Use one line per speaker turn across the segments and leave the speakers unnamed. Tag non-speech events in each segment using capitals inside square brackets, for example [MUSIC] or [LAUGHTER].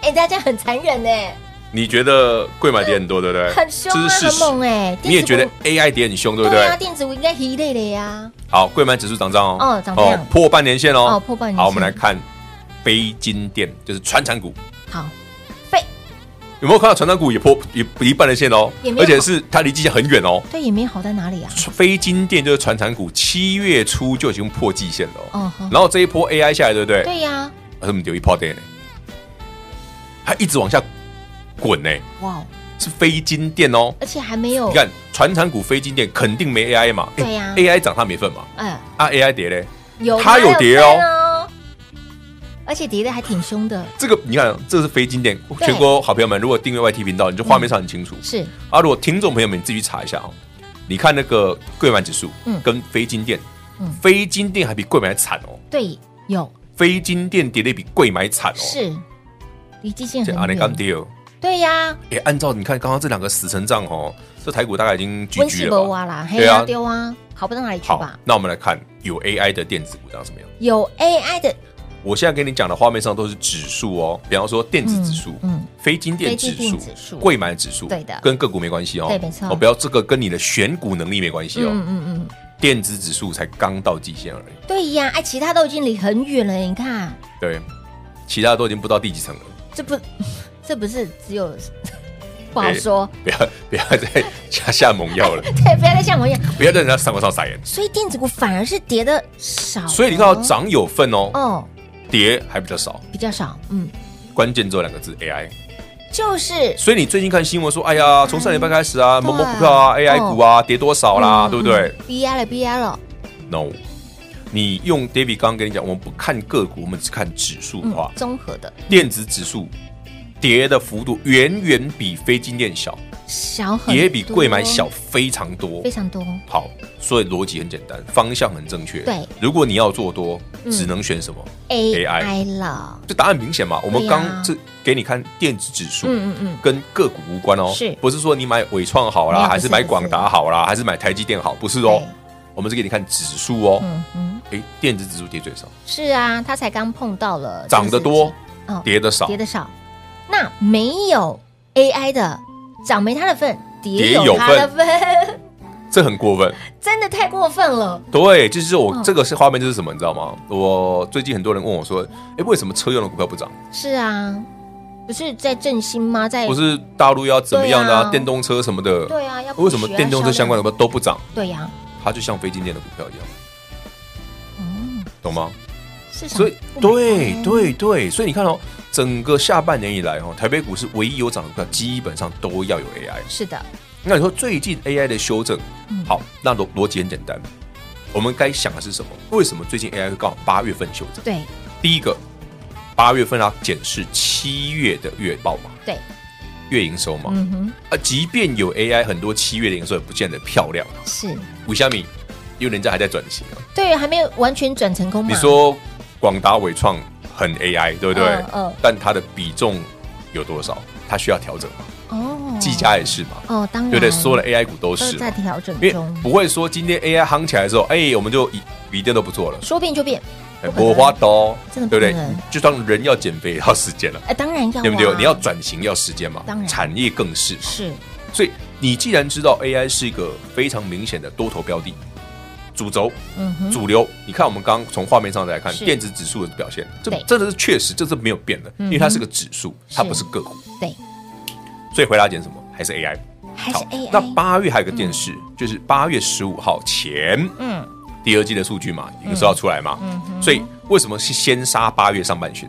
哎，大家很残忍呢，
你觉得贵买跌很多，对不对？
很凶啊，
这是事
很
实。
猛哎。
你也觉得
电子
AI 跌很凶，对
股
不
对啊，
对？
电子股应该一类的呀。
好，贵买指数涨涨哦，
哦涨这样
破半年线哦，
哦破半年线
好，我们来看非金店，就是传产股，
好，费
有没有看到传产股也破也离半年线哦
也没？有
而且是它离季线很远哦。
对也没好在哪里啊。
非金店就是传产股，七月初就已经破季线了哦。
哦，好
然后这一波 AI 下来，对不对？
对呀，
他们有一炮跌呢，还一直往下滚呢，
哇哦，
是非金店哦。
而且还没有
你，看，传产股非金电肯定没 AI 嘛？
对啊呀
a i 涨它没份嘛？
哎，
啊，AI 跌嘞？
有
它有跌哦
它有分哦，而且跌的还挺凶的，
这个你看，这是非金电，
对嗯
全国好朋友们，如果订阅 YT 频道，你就画面上很清楚。
是
啊，如果听众朋友们你自己去查一下哦，你看那个贵买指数，
嗯
跟非金电
嗯，
非金电还比贵买还惨哦，
对有
非金电跌的比贵买惨哦，
是嗯离基线
这阿
很
尼刚
远，
跌哦。
对呀，
哎，按照你看刚刚这两个死成账哦，这台股大概已经 GG
温室
了
博
吧
挖啦，黑
对
呀
啊，
丢啊，好不到哪里去
好
吧，？
那我们来看有 AI 的电子股长什么样。
有 AI 的
我现在跟你讲的画面上都是指数哦，比方说电子指数、
嗯嗯
非金电指
非金
数
电指、数
贵买指数，
对的
跟个股没关系哦，
对没错
哦，不要这个跟你的选股能力没关系哦，
嗯嗯嗯，
电子指数才刚到极限而已，
对呀，哎，其他都已经离很远了，你看，
对，其他都已经不到第几层了，
这不 [LAUGHS] 这不是只
[LAUGHS]
有不好说， [LAUGHS]
不要不要再下下猛药了，
对，不要再像我一样，
不要再人家上过上撒盐，
所以电子股反而是跌的少哦，
所以你看到涨有份哦，
哦
跌还比较少，
比较少，嗯，
关键只有两个字 AI。
就是
所以你最近看新闻说，哎呀，从上礼拜开始啊，
对
某某股票啊，AI 股啊，跌多少啦，
嗯
对不对？
嗯？BI 了，BI 了，
No，你用 David 刚刚跟你讲，我们不看个股，我们只看指数的话
嗯，，综合的
电子指数跌的幅度远远比非金电小，
小很多，
也比贵买小，非常多
非。常多，
好，所以逻辑很简单，方向很正确。
对嗯
如果你要做多，只能选什么？
AI 了，
这答案明显嘛？我们
对呀
刚这给你看电子指数，
嗯嗯嗯，
跟个股无关哦，
是
不是说你买伟创好
没
啦，
有
还
不
是
是
买
不
广达
是
好啦，还是买台积电好？不是哦
对，
我们是给你看指数哦。
嗯嗯，
诶，电子指数跌最少，
是啊，它才刚碰到了，
涨得多
就是，哦
跌得少
跌，的少，那没有 AI 的涨没它的份，
跌
跌有
有
它的份， [LAUGHS]
这很过分。
真的太过分了，
对，就是我
嗯
这个是画面，就是什么，你知道吗？我最近很多人问我说，诶，为什么车用的股票不涨？
是啊，不是在振兴吗？在
不是大陆要怎么样的
对
啊？
啊
电动车什么的，
对啊要
为什么
补血啊
电动车相关的
销
股票都不涨？
对呀、
它就像非金电的股票一样，
嗯，
懂吗？
市场
所以
不买
对
单
对对，所以你看哦，整个下半年以来哦，台北股市唯一有涨的股票，基本上都要有 AI。
是的，
那你说最近 AI 的修正
嗯，
好，那逻逻辑很简单，我们该想的是什么？为什么最近 AI 会刚好八月份修正？
对
第一个，八月份啊，检视七月的月报嘛，
对，
月营收嘛，
嗯哼，
啊，即便有 AI，很多七月的营收也不见得漂亮。
是
五虾米，因为人家还在转型啊。
对，还没有完全转成功嘛？
你说广达、伟创很 AI，对不对？
嗯嗯
但它的比重有多少？它需要调整嘛？
哦，
技嘉也是嘛？
哦，当然
哎对不对？所有的 AI 股都
都
是嘛
在调整
因为
中，
不会说今天 AI 夯起来之后，哎、我们就一一定都不做了，
说变就变，
哎
不可能
花刀，
真的
对不对
不可能？
就当人要减肥也要时间了，
哎，当然要、啊，
对不对？你要转型要时间嘛
当，然
产业更是嘛。
是
所以你既然知道 AI 是一个非常明显的多头标的，主轴、
嗯哼
主流，你看我们刚刚从画面上来看
是
电子指数的表现，这
对嗯
真的是确实，这是没有变的，因为它是个指数，它不是个股，
对，
所以回答点什么还是 AI。
还哎是
好
AI，
那八月还有个电视，就是八月十五号前
嗯
第二季的数据嘛，营收要出来嘛，所以为什么是先杀八月上半旬？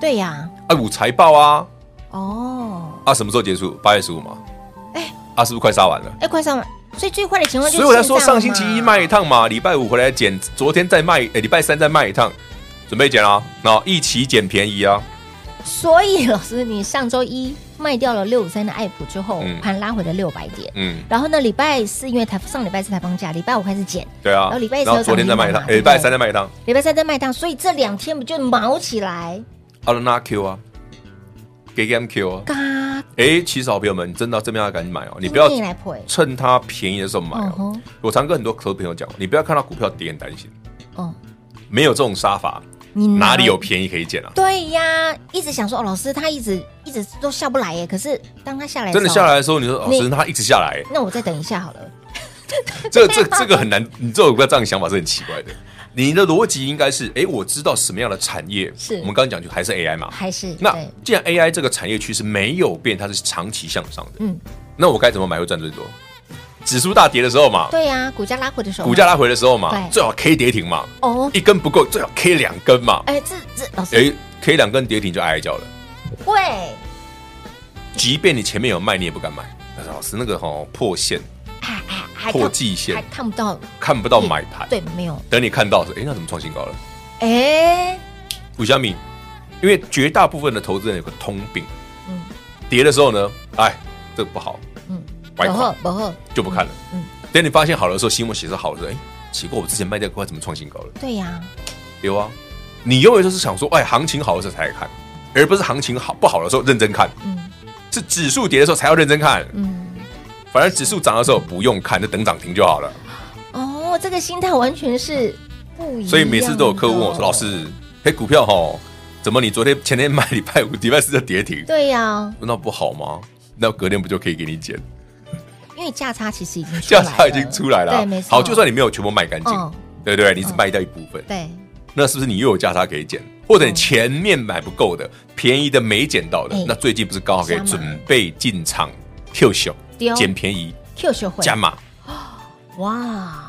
对呀、
啊，五财报啊，
哦，
啊什么时候结束？八月十五嘛，
哎
啊是不是快杀完了？
哎，快上完，所以最坏的情况就是
所以我才说
现在了
上
嘛
星期一卖一趟嘛，礼拜五回来捡，昨天再卖，哎、礼拜三再卖一趟，准备捡啊，那一起捡便宜啊，
所以老师，你上周一卖掉了六五三的爱普之后，
嗯
盘拉回了六百点。
嗯，
然后呢，礼拜四因为台上礼拜四台风假，礼拜五开始减，
对啊，
然后哦礼拜一
然后昨天再卖一趟，哎礼、拜三再卖一趟，
礼拜三再卖档，所以这两天不就毛起来？
阿伦纳 Q 啊，给 Game Q 啊，
嘎，
哎、其实好朋友们，真的要这边要赶紧买哦，你不要
你来破，
趁它便宜的时候买
嗯
哦。
哼，
我常跟很多客户朋友讲，你不要看到股票跌很担心，
哦，
没有这种杀法，
你
哪里有？便宜可以捡啊？
对呀，一直想说，哦，老师他一直一直都下不来耶，可是当他下来，
真的下，来的时候，你说老
你
师它一直下来，
那我再等一下好了。
这这
[LAUGHS]
这个很难，你这种股票这样的想法是很奇怪的。你的逻辑应该是，哎，我知道什么样的产业，
是
我们刚刚讲就还是 AI 嘛。
还是
那
对
既然 AI 这个产业趋势没有变，它是长期向上的，
嗯，
那我该怎么买会赚最多？指数大跌的时候嘛，
对呀，股价拉回的时候，
股价拉回的时候嘛，
对
最好 K 跌停嘛，
哦，
一根不够，最好 K 两根嘛，
哎，这这老师
哎，K 两根跌停就挨一脚了。
会，
即便你前面有卖，你也不敢买。但是老师那个吼、破线
还还还
破
看
季线
还看不到
看不到买盘，
对，没有，
等你看到是，哎，那怎么创新高了？
哎，
五虾米，因为绝大部分的投资人有个通病，
嗯
跌的时候呢，哎，这个不好，
嗯，
歪
不
垮
好不好，
就不看了。
嗯，
等你发现好的时候，新闻写是好的，哎，奇怪，我之前卖掉股票怎么创新高了？
对呀，
有啊，你永远都是想说，哎，行情好的时候才来看，而不是行情好不好的时候认真看，
嗯
是指数跌的时候才要认真看，
嗯，
反而指数涨的时候不用看，就等涨停就好了。
哦，哦，这个心态完全是不一样。啊
所以每次都有客户问我说：“老，师，嘿，股票哈，怎么你昨天 [LAUGHS] 前天买，礼拜五、礼拜四就跌停，
对呀、
那不好吗？那隔天不就可以给你减？
因为价差其实已经出来
价
了
差已经出来了啊，
对，没错。
好，就算你没有全部卖干净
嗯，
对不对？你只卖掉一部分，
对，嗯
那是不是你又有价差可以减？或者你前面买不够的，便宜的没捡到的
哎，
那最近不是刚好可以
加码
准备进场 Q 小
丢
捡便宜
Q 学会
加码？
哇，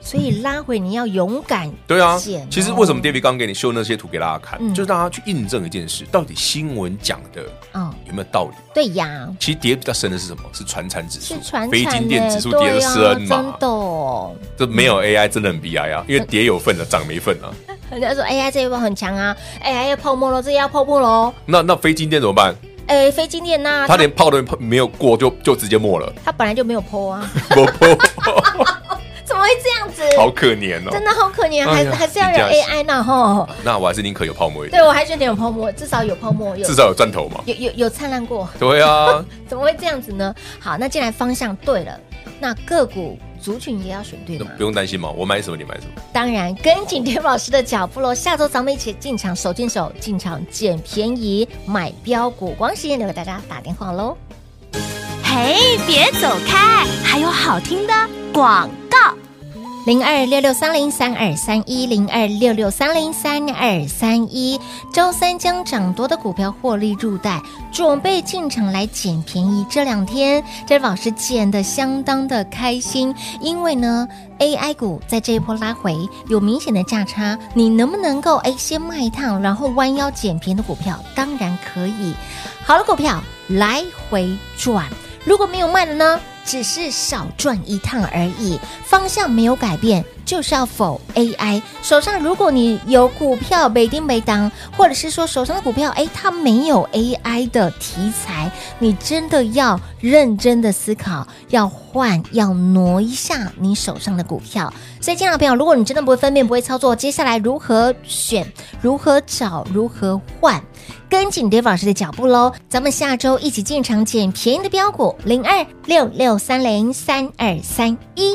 所以拉回你要勇敢
对啊
减哦，
其实为什么 David 刚给你秀那些图给大家看，
嗯
就是让大家去印证一件事，到底新闻讲的
嗯，
有没有道理？
对呀，
其实跌比较深的是什么？是传产指
是
数，
传
非
产
金电指
呢，
数跌
对
的
呀，
深嘛
真，的嗯哦。
这没有 AI 真的很悲哀啊，因为跌有份了，涨没份了。啊
人家说 AI 这一波很强啊，AI 要泡沫喽，这要泡沫喽。
那那非金电怎
[LAUGHS]
么办？
哎，非金店呐，
它连泡都没有过，就就直接没了，
它本来就没有破啊，
不不，
[LAUGHS] 怎么会这样子？
好可怜
真
哦。
的好可怜，
哎
还
呀
还是要有
你这样
AI 呢吼。
那我还是宁可有泡沫一点
对，，我还觉得有泡沫，至少有泡沫，有
至少有赚头嘛。
有有有灿烂过，[LAUGHS]
对啊，
怎么会这样子呢？好，那既然方向对了，那个股族群也要选对
那
嘛
不。用担心嘛，我买什么你买什么。
当然，跟紧田老师的脚步喽。下周咱们一起进场，手牵手进场捡便宜，买标股。光时间留给大家打电话喽。
嘿，别走开，还有好听的广告。
零二六六三零三二三一零二六六三零三二三一，周三将涨多的股票获利入袋，准备进场来捡便宜。这两天，这老师捡的相当的开心，因为呢，AI 股在这一波拉回有明显的价差，你能不能够哎先卖一趟，然后弯腰捡便宜的股票，当然可以。好的股票来回转。如果没有卖了呢，只是少赚一趟而已，方向没有改变，就是要否 AI。手上如果你有股票北丁北当，或者是说手上的股票，哎，它没有 AI 的题材，你真的要认真的思考，要换，要挪一下你手上的股票。所以，亲爱的朋友，如果你真的不会分辨、不会操作，接下来如何选、如何找、如何换？跟紧 Dave 老师的脚步喽。咱们下周一起进场捡便宜的标股，零二六六三零三二三一。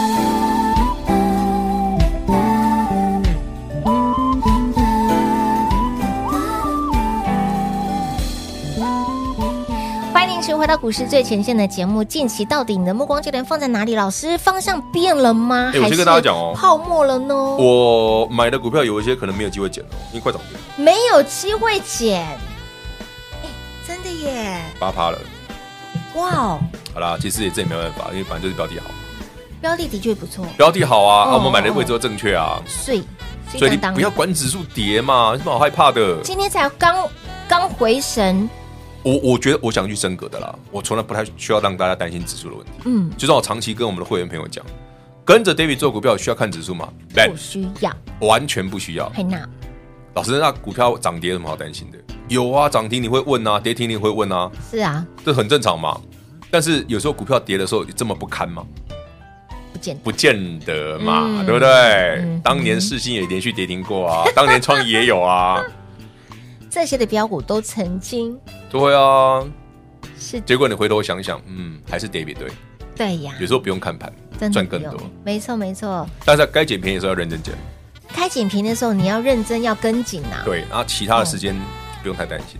欢迎您持续回到股市最前线的节目。近期到底你的目光焦点放在哪里？老师，方向变了吗？
哎我先跟大家讲哦
还是泡沫了呢？
我买的股票有一些可能没有机会捡了，因为快涨停了
没有机会捡。哎真的耶！
八趴了。
哇哦，
好啦，其实也这也没办法，因为反正就是标的好，
标的的确不错，
标的好啊，
哦
啊我们买的位置都正确啊，
碎
所以你不要管指数跌嘛，有什么好害怕的？
今天才刚刚回神，
我我觉得我想去升格的啦，我从来不太需要让大家担心指数的问题。
嗯，
就像我长期跟我们的会员朋友讲，跟着 David 做股票需要看指数吗？来
不，需要，
完全不需要。
佩娜，
老师，那股票涨跌有什么好担心的？有啊，涨停你会问啊，跌停你会问啊，
是啊，
这很正常嘛。但是有时候股票跌的时候这么不堪吗？
不简单，
不见得嘛，
嗯
对不对？
嗯
当年世新也连续跌停过啊，当年创意也
[LAUGHS]
有啊，
这些的标股都曾经
对啊。
是
结果你回头想想，嗯，还是跌比对。
对呀，
有时候不用看盘，
真的
赚
不
更
用
多。
没错没错。
但是该捡便宜的时候要认真捡，
开锦屏的时候，你要认真，要跟紧啊。
对。然后其他的时间不用太担心。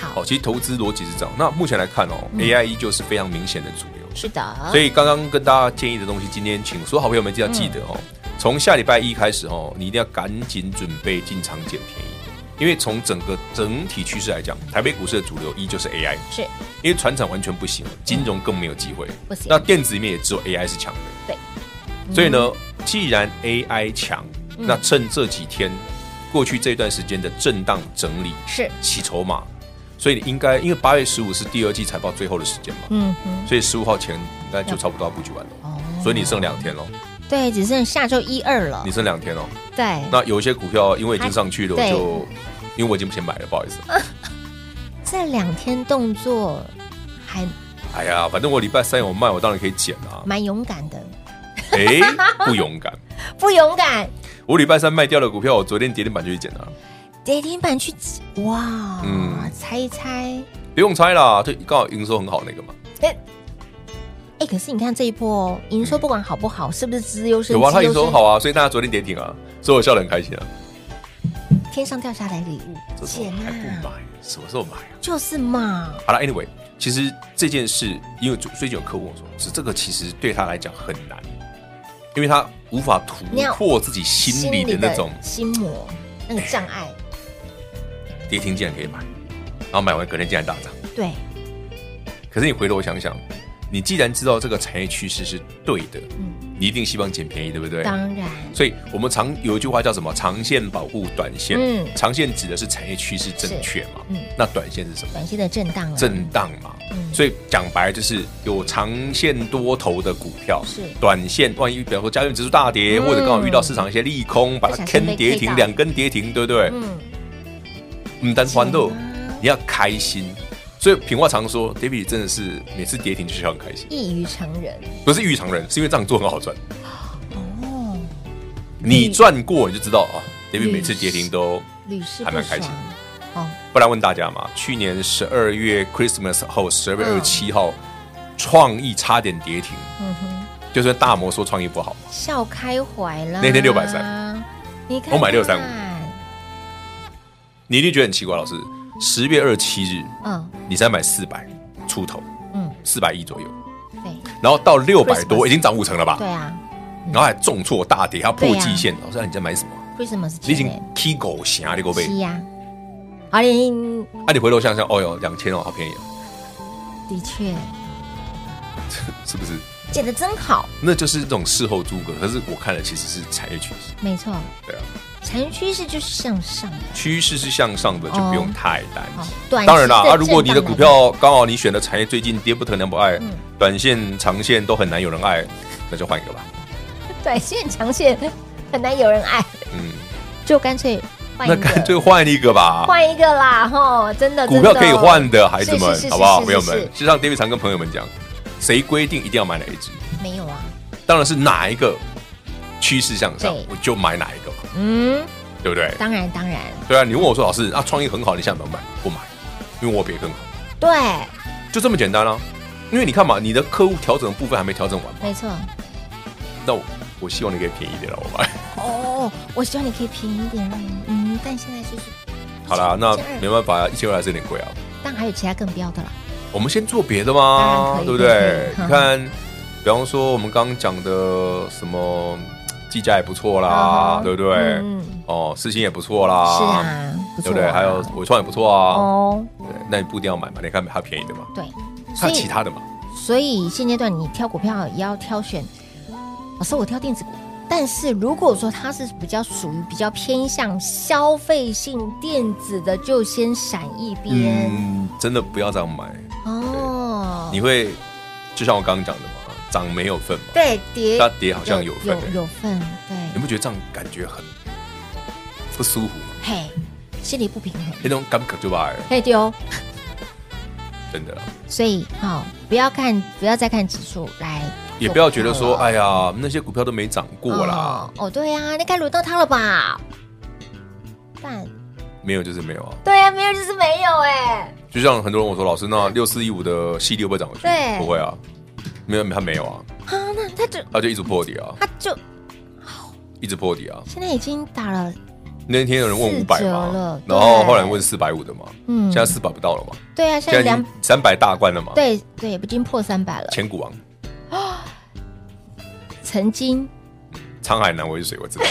好
好，，其实投资逻辑是这样。那目前来看哦，AI
嗯
依旧是非常明显的主流。
是的，
所
以
以刚刚跟大家建议的东西，今天请所有好朋友们一定要记得哦，
嗯
从下礼拜一开始哦，你一定要赶紧准备进场捡便宜，因为从整个整体趋势来讲，台北股市的主流依旧是 AI，
是
因为船产完全不行，金融更没有机会，
不行
那电子里面也只有 AI 是强的，对，所以
嗯
呢，既然 AI 强，那趁这几天过去这段时间的震荡整理
是，
洗筹码，所以你应该因为八月十五是第二季财报最后的时间嘛，
嗯哼，
所以十五号前应该就差不多要布局完了。
哦，
所以你剩两天喽，
对，只剩下周一二了
你。剩两天喽。
对，
那有一些股票因为已经上去了，我
对
就因为我已经先买了，不好意思。
这两天动作还
哎呀，反正我礼拜三有卖，我当然可以减啊。
蛮勇敢的，
哎，不勇敢，
不勇敢，
我礼拜三卖掉的股票，我昨天跌停板就去啊捡了，
跌停板去挤哇，
嗯
猜一猜，
不用猜啦，就刚好营收很好那个嘛。
哎，可是你看这一波哦，营收不管好不好，是不是资优生？
嗯有啊，
资优
它
生
营收很好啊，所以大家昨天跌停啊，所以我笑得很开心啊。
天上掉下来礼物，啊
这时候
姐
还不
呐，
买，什么时候买啊？
就是嘛，
好了，anyway，其实这件事，因为最最近有客户跟我说，是这个其实对他来讲很难，因为他无法突
你要
破自己心里的那种
心魔，那个障碍，
跌停竟然可以买，然后买完隔天竟然大涨。
对，
可是你回头想想，你既然知道这个产业趋势是对的，
嗯
你一定希望捡便宜，对不对？
当然，
所以我们常有一句话叫什么？长线保护短线。
嗯
长线指的是产业趋势正确嘛？
嗯
那短线是什么？
短期的震荡啊，
震荡嘛。
嗯
所以讲白了就是有长线多头的股票，
是
短线万一比方说家用指数大跌，
嗯
或者刚好遇到市场一些利空，把
不小
它
心
坑
被
跌
K 到
停，两根跌停，对不对？
嗯，
嗯，但欢乐
是啊，
你要开心。所以平话常说，David 真的是每次跌停就是要很开心，
异于常人
不是异于常人，是因为这样做很好赚。
嗯哦，
你赚过你就知道啊，David
嗯
每次跌停都
屡试
还
不
蛮开心
爽，哦，
不然问大家嘛，去年十二月 Christmas 后，十二月二十七号，创意差点跌停，
嗯哼，
就是大摩说创意不好嘛，
笑开怀了，
那天630，
你看
我买635
看
你一定觉得很奇怪，老师，十月二十七日
嗯
你才买四百出头，
嗯，
四百亿左右，
对
然后到六百多
Christmas
已经涨五成了吧
对，啊
然后还重挫大跌，它破
对啊
季线，老师，那你在买什么？
，Christmas 啊
你已经
前
K 狗侠你狗
欸
背，
是呀，而且
那你回头想想，哦哟，两千哦，好便宜啊，
的确
是不是？
剪的真好，
那就是这种事后诸葛，可是我看了其实是产业趋势，
没错，
对啊。
产业趋势就是向上的。
趋势是向上的，就不用太担
好
心。
哦短期
当然啦，
的
啊，如果你的
震荡
股
来
票刚好你选的产业最近跌不疼娘不爱，
嗯
短线、长线都很难有人爱，那就换一个吧。
短线、长线很难有人爱，
嗯，
就干脆换一
那
个，
干脆换一个吧。嗯
换一个啦，吼，真的，
股票可以换
真
的，孩子
是是
们，
是
好不好？
是是
朋友
是
们，就像 David 常跟朋友们讲，谁规定一定要买哪一只？
哦，没有啊，
当然是哪一个趋势向上
对，
我就买哪一个嘛，
嗯，
对不对？
当然当然，
对啊，你问我说，老师啊，创意很好，你想不想买？不买，因为我别更好，
对，
就这么简单啊。因为你看嘛，你的客户调整的部分还没调整完嘛，
没错，
那我我希望你可以便宜一点了，我买。 [LAUGHS]
哦，我希望你可以便宜一点，让你嗯，但现在就是
好啦，那
1200
没办法，一千二还是有点贵啊。
但还有其他更标的啦，
我们先做别的
当然
嘛
可，以嗯
对不
对
对？
可以
你看，比方说我们刚刚讲的什么技嘉也不错啦，啊对不对？
嗯，
哦，四星也不错啦，
是，啊，不错啊，
对不对？还有伟创也不错啊。
哦，
对，那你不一定要买嘛，你看它便宜的嘛，
对，
还
所
有其
以
他的嘛。
所以现阶段你挑股票也要挑选，老师我挑电子股。但是如果说它是比较属于比较偏向消费性电子的，就先闪一边、
嗯，真的不要这样买，
哦。
你会就像我刚刚讲的嘛，涨没有份嘛，
对跌，
它跌好像有份
有
欸
有份，
你
对，
不觉得这样感觉很不舒服吗？
嘿，心里不平衡，
那种感觉就吧，
嘿丢。
真的啦。
所以好、不要看，不要再看指数来，
也不要觉得说，
做股票了啊
哎呀，那些股票都没涨过啦，
哦，哦对呀、啊，那该轮到他了吧？但
没有就是没有啊。
对呀、啊，没有就是没有哎、
就像很多人我说，老师，那六四一五的系列会不会涨回去？
对
不会啊，没有，它没有啊，
啊，那他就
它就一直破底啊，
他就
一直破底啊。
现在已经打了，
那天有人问五百
400
嘛
了，
然后
对
后来问四百五的嘛，
嗯
现在四百不到了嘛，
对啊，现在
现在已
两
经三百大关了嘛，
对对，已经破三百了。
前股王，
曾经
沧海难为水，我知道。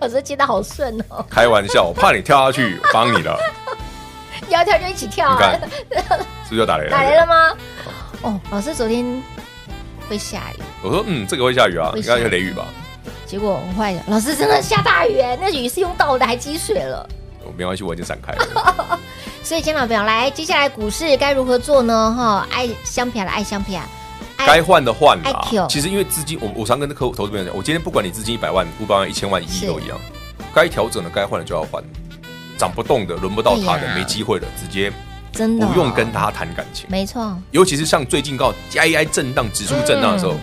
我说接的好顺哦，
开玩笑，我怕你跳下去，我帮你
[LAUGHS]
了。
要跳就一起跳
你
啊
看，，是不是要打雷了？
打雷了吗？哦，老师昨天会下雨，
我说，嗯，这个会下雨啊，
会
应
下
该有雷雨吧？
结果我坏了，老师真的下大雨哎，那雨是用倒的，还积水了。
我哦没关系，我已经闪开了。
所以，亲老朋友，来，接下来股市该如何做呢？哈、爱相撇了，爱相啊撇，
该换的换啦
IQ。
其实因为资金，我我常跟客户投资朋友讲，我今天不管你资金一百万、五百万、一千万、一亿
是
都一样，该调整的、该换的就要换，涨不动的、轮不到他的、
对呀
没机会的，直接
真的啊
不用跟他谈感情。
没错，
尤其是像最近刚好 I I 震荡、指数震荡的时候，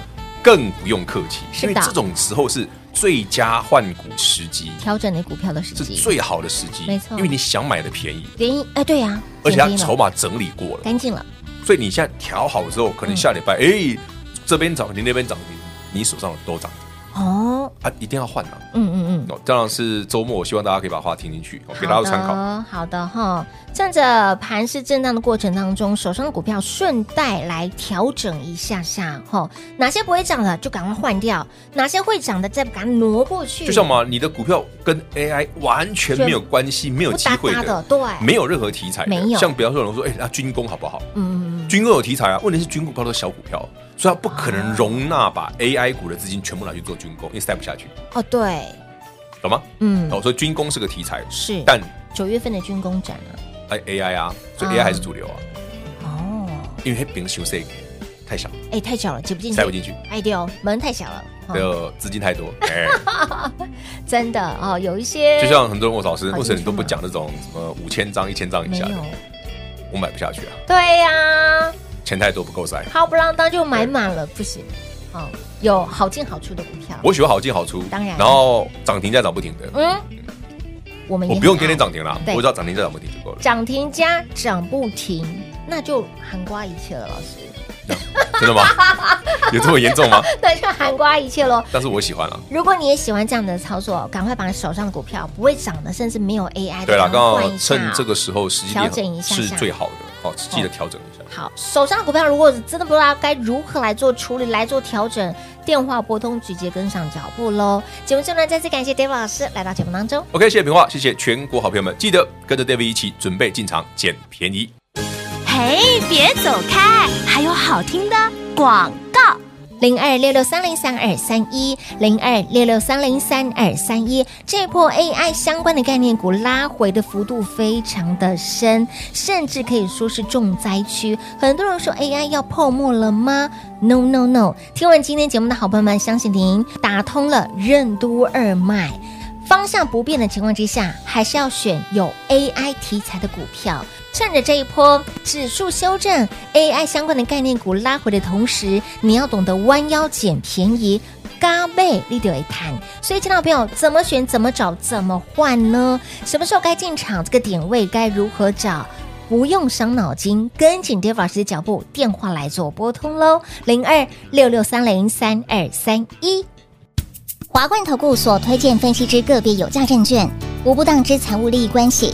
更不用客气，
嗯是
因
的
为这种时候是最佳换股时机，
调整你股票的时
是
机，
最好的时机。
没错
因为你想买的便宜，
原因哎，对呀、
而且它
减低了
筹码整理过了，
干净了，
所以你现在调好之后，可
嗯
能下礼拜哎这边涨停那边涨停，你手上的都涨停
哦，
啊，一定要换啊！
嗯嗯嗯，
哦，当然是周末，我希望大家可以把话听进去，哦给大家参考。
好的，好的哈。趁着盘势震荡的过程当中，手上的股票顺带来调整一下下哈。哪些不会涨的就赶快换掉，哪些会涨的再把它挪过去。
就像嘛，你的股票跟 AI 完全没有关系，没有
不
机
搭
会
搭
的
的，，对，
没有任何题材的，
没有
像比方说有人说，哎，那军工好不好？
嗯，
军工有题材啊，问题是军股票都是小股票，所以它不可能容纳把 AI 股的资金全部拿去做军工，因为塞不下去，
哦对，
懂吗？
嗯，
哦，所以军工是个题材，
是。
但
九月份的军工展
哎 AI 啊，所以
嗯
AI 还是主流啊，
啊，哦，
因为它饼修 C 太小，
哎，太小了，挤不进去，
塞不进去，
哎对哦，门太小了，哦
的资金
[LAUGHS]
太多，哎，
真的哦，有一些
就像很多人问我老
[LAUGHS]
师，
好
为什么你
进去
都不
嘛
讲那种什么五千张、一千张以
没
下
有
的？，我买不下去啊，
对呀、
钱太多不够塞。
好不浪当就买满了，不行，哦，有好进好出的股票，
我喜欢好进好出，
当然
后涨停再涨不停的，
嗯，我们也
我
很
不用天
爱
天涨停啦，
对
我知道涨停再涨不停就够了。
涨停加涨不停，那就含瓜一切了，老 [LAUGHS] 师，
真
[LAUGHS]
的吗？有这么严重吗？
那就含瓜一切喽。
但是我喜欢啊。
如果你也喜欢这样的操作，赶快把手上的股票不会涨的，甚至没有 AI 的，
对了，
赶快
刚好
换一下
趁这个时候时机点
调整一下下
是最好的，哦，记得调整一下。
好，手上的股票如果真的不知道该如何来做处理、来做调整，电话拨通直接跟上脚步喽。节目最后呢，再次感谢 David 老师来到节目当中。
OK，谢谢平话，谢谢全国好朋友们，记得跟着 David 一起准备进场捡便宜。
嘿，别走开，还有好听的广告。
零二六六三零三二三一，零二六六三零三二三一。这波 AI 相关的概念股拉回的幅度非常的深，甚至可以说是重灾区。很多人说 AI 要泡沫了吗？No No No！听完今天节目的好朋友们，相信您打通了任督二脉。方向不变的情况之下，还是要选有 AI 题材的股票。趁着这一波指数修正、AI 相关的概念股拉回的同时，你要懂得弯腰捡便宜。嘎倍力度一谈，所以，亲爱的朋友，怎么选、怎么找、怎么换呢？什么时候该进场？这个点位该如何找？不用伤脑筋，跟紧 Dave 老师的脚步，电话来做拨通喽，零二六六三零三二三一。
华冠投顾所推荐分析之个别有价证券，无不当之财务利益关系。